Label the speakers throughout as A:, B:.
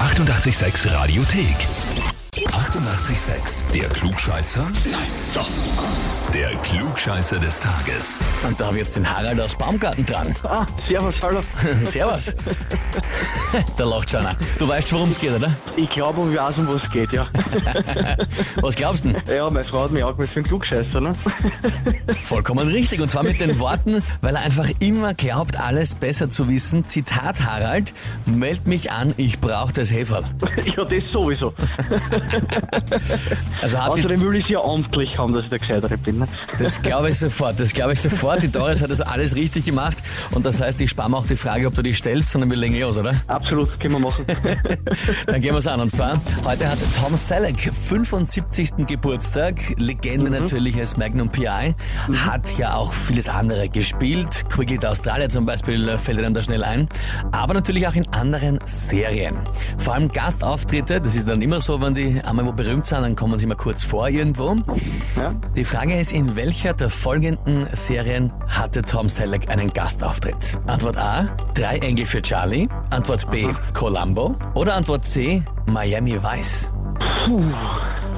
A: 886 Radiothek. 88,6. Der Klugscheißer? Nein, doch. Der Klugscheißer des Tages.
B: Und da habe ich jetzt den Harald aus Baumgarten dran.
C: Ah, servus, hallo.
B: Servus. da lacht schon einer. Du weißt, worum es geht, oder?
C: Ich glaube, um weiß, um was es geht, ja.
B: Was glaubst du denn?
C: Ja, meine Frau hat mich angemeldet für einen Klugscheißer, ne?
B: Vollkommen richtig. Und zwar mit den Worten, weil er einfach immer glaubt, alles besser zu wissen. Zitat Harald, meld mich an, ich brauche das Heferl.
C: ja, das sowieso.
B: Also hat die,
C: Außerdem will ich es ja amtlich haben, dass ich der Gescheitere bin. Ne?
B: das glaube ich sofort, das glaube ich sofort. Die Doris hat das alles richtig gemacht. Und das heißt, ich spare mir auch die Frage, ob du dich stellst, sondern wir legen los, oder?
C: Absolut, können wir machen.
B: Dann gehen wir es an. Und zwar, heute hat Tom Selleck 75. Geburtstag. Legende natürlich als Magnum P.I. Hat ja auch vieles andere gespielt. Quicklit Australia zum Beispiel äh, fällt einem da schnell ein. Aber natürlich auch in anderen Serien. Vor allem Gastauftritte. Das ist dann immer so, wenn die einmal wo berühmt sind, dann kommen sie mal kurz vor irgendwo.
C: ja?
B: Die Frage ist, in welcher der folgenden Serien hatte Tom Selleck einen Gastauftritt? Antwort A, Drei Engel für Charlie. Antwort B, Columbo. Oder Antwort C, Miami Vice.
C: Puh,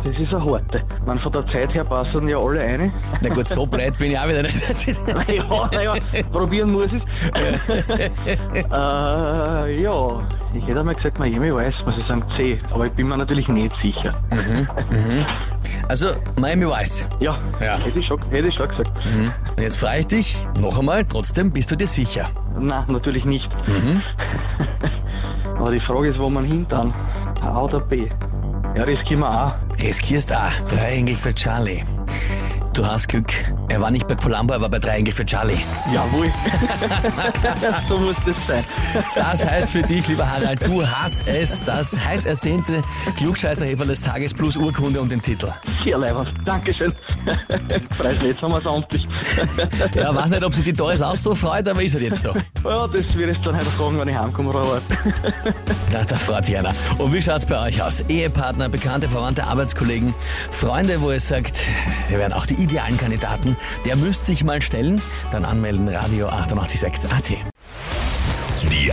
C: das ist eine harte. Man, von der Zeit her passen ja alle eine.
B: Na gut, so blöd bin ich auch wieder nicht.
C: ja, naja, probieren muss ich äh, Ja, ich hätte einmal gesagt, Miami weiß, muss ich sagen, C. Aber ich bin mir natürlich nicht sicher.
B: Also, Miami Vice.
C: Ja,
B: Ja.
C: Hätte, ich schon, hätte ich schon gesagt.
B: Und jetzt frage ich dich noch einmal, trotzdem bist du dir sicher.
C: Nein, natürlich nicht. Aber die Frage ist, wo man hintern? A oder B? Ja, riskieren wir A.
B: Riskierst A, Drei Engel für Charlie. Du hast Glück. Er war nicht bei Columbo, er war bei Drei Engel für Charlie.
C: Jawohl. so muss das sein.
B: Das heißt für dich, lieber Harald, du hast es, das heiß ersehnte Klugscheißerheferl des Tages plus Urkunde und den Titel.
C: Sehr leibend. Dankeschön. Freut mich, jetzt haben wir es amtlich.
B: Ja, weiß nicht, ob sich die Doris auch so freut, aber ist halt jetzt so.
C: Ja, das würde ich dann einfach fragen, wenn ich heimkomme, Robert.
B: Da, da freut sich einer. Und wie schaut's bei euch aus? Ehepartner, Bekannte, Verwandte, Arbeitskollegen, Freunde, wo ihr sagt, wir wären auch die idealen Kandidaten, der müsst sich mal stellen, dann anmelden Radio 886 AT.
A: Die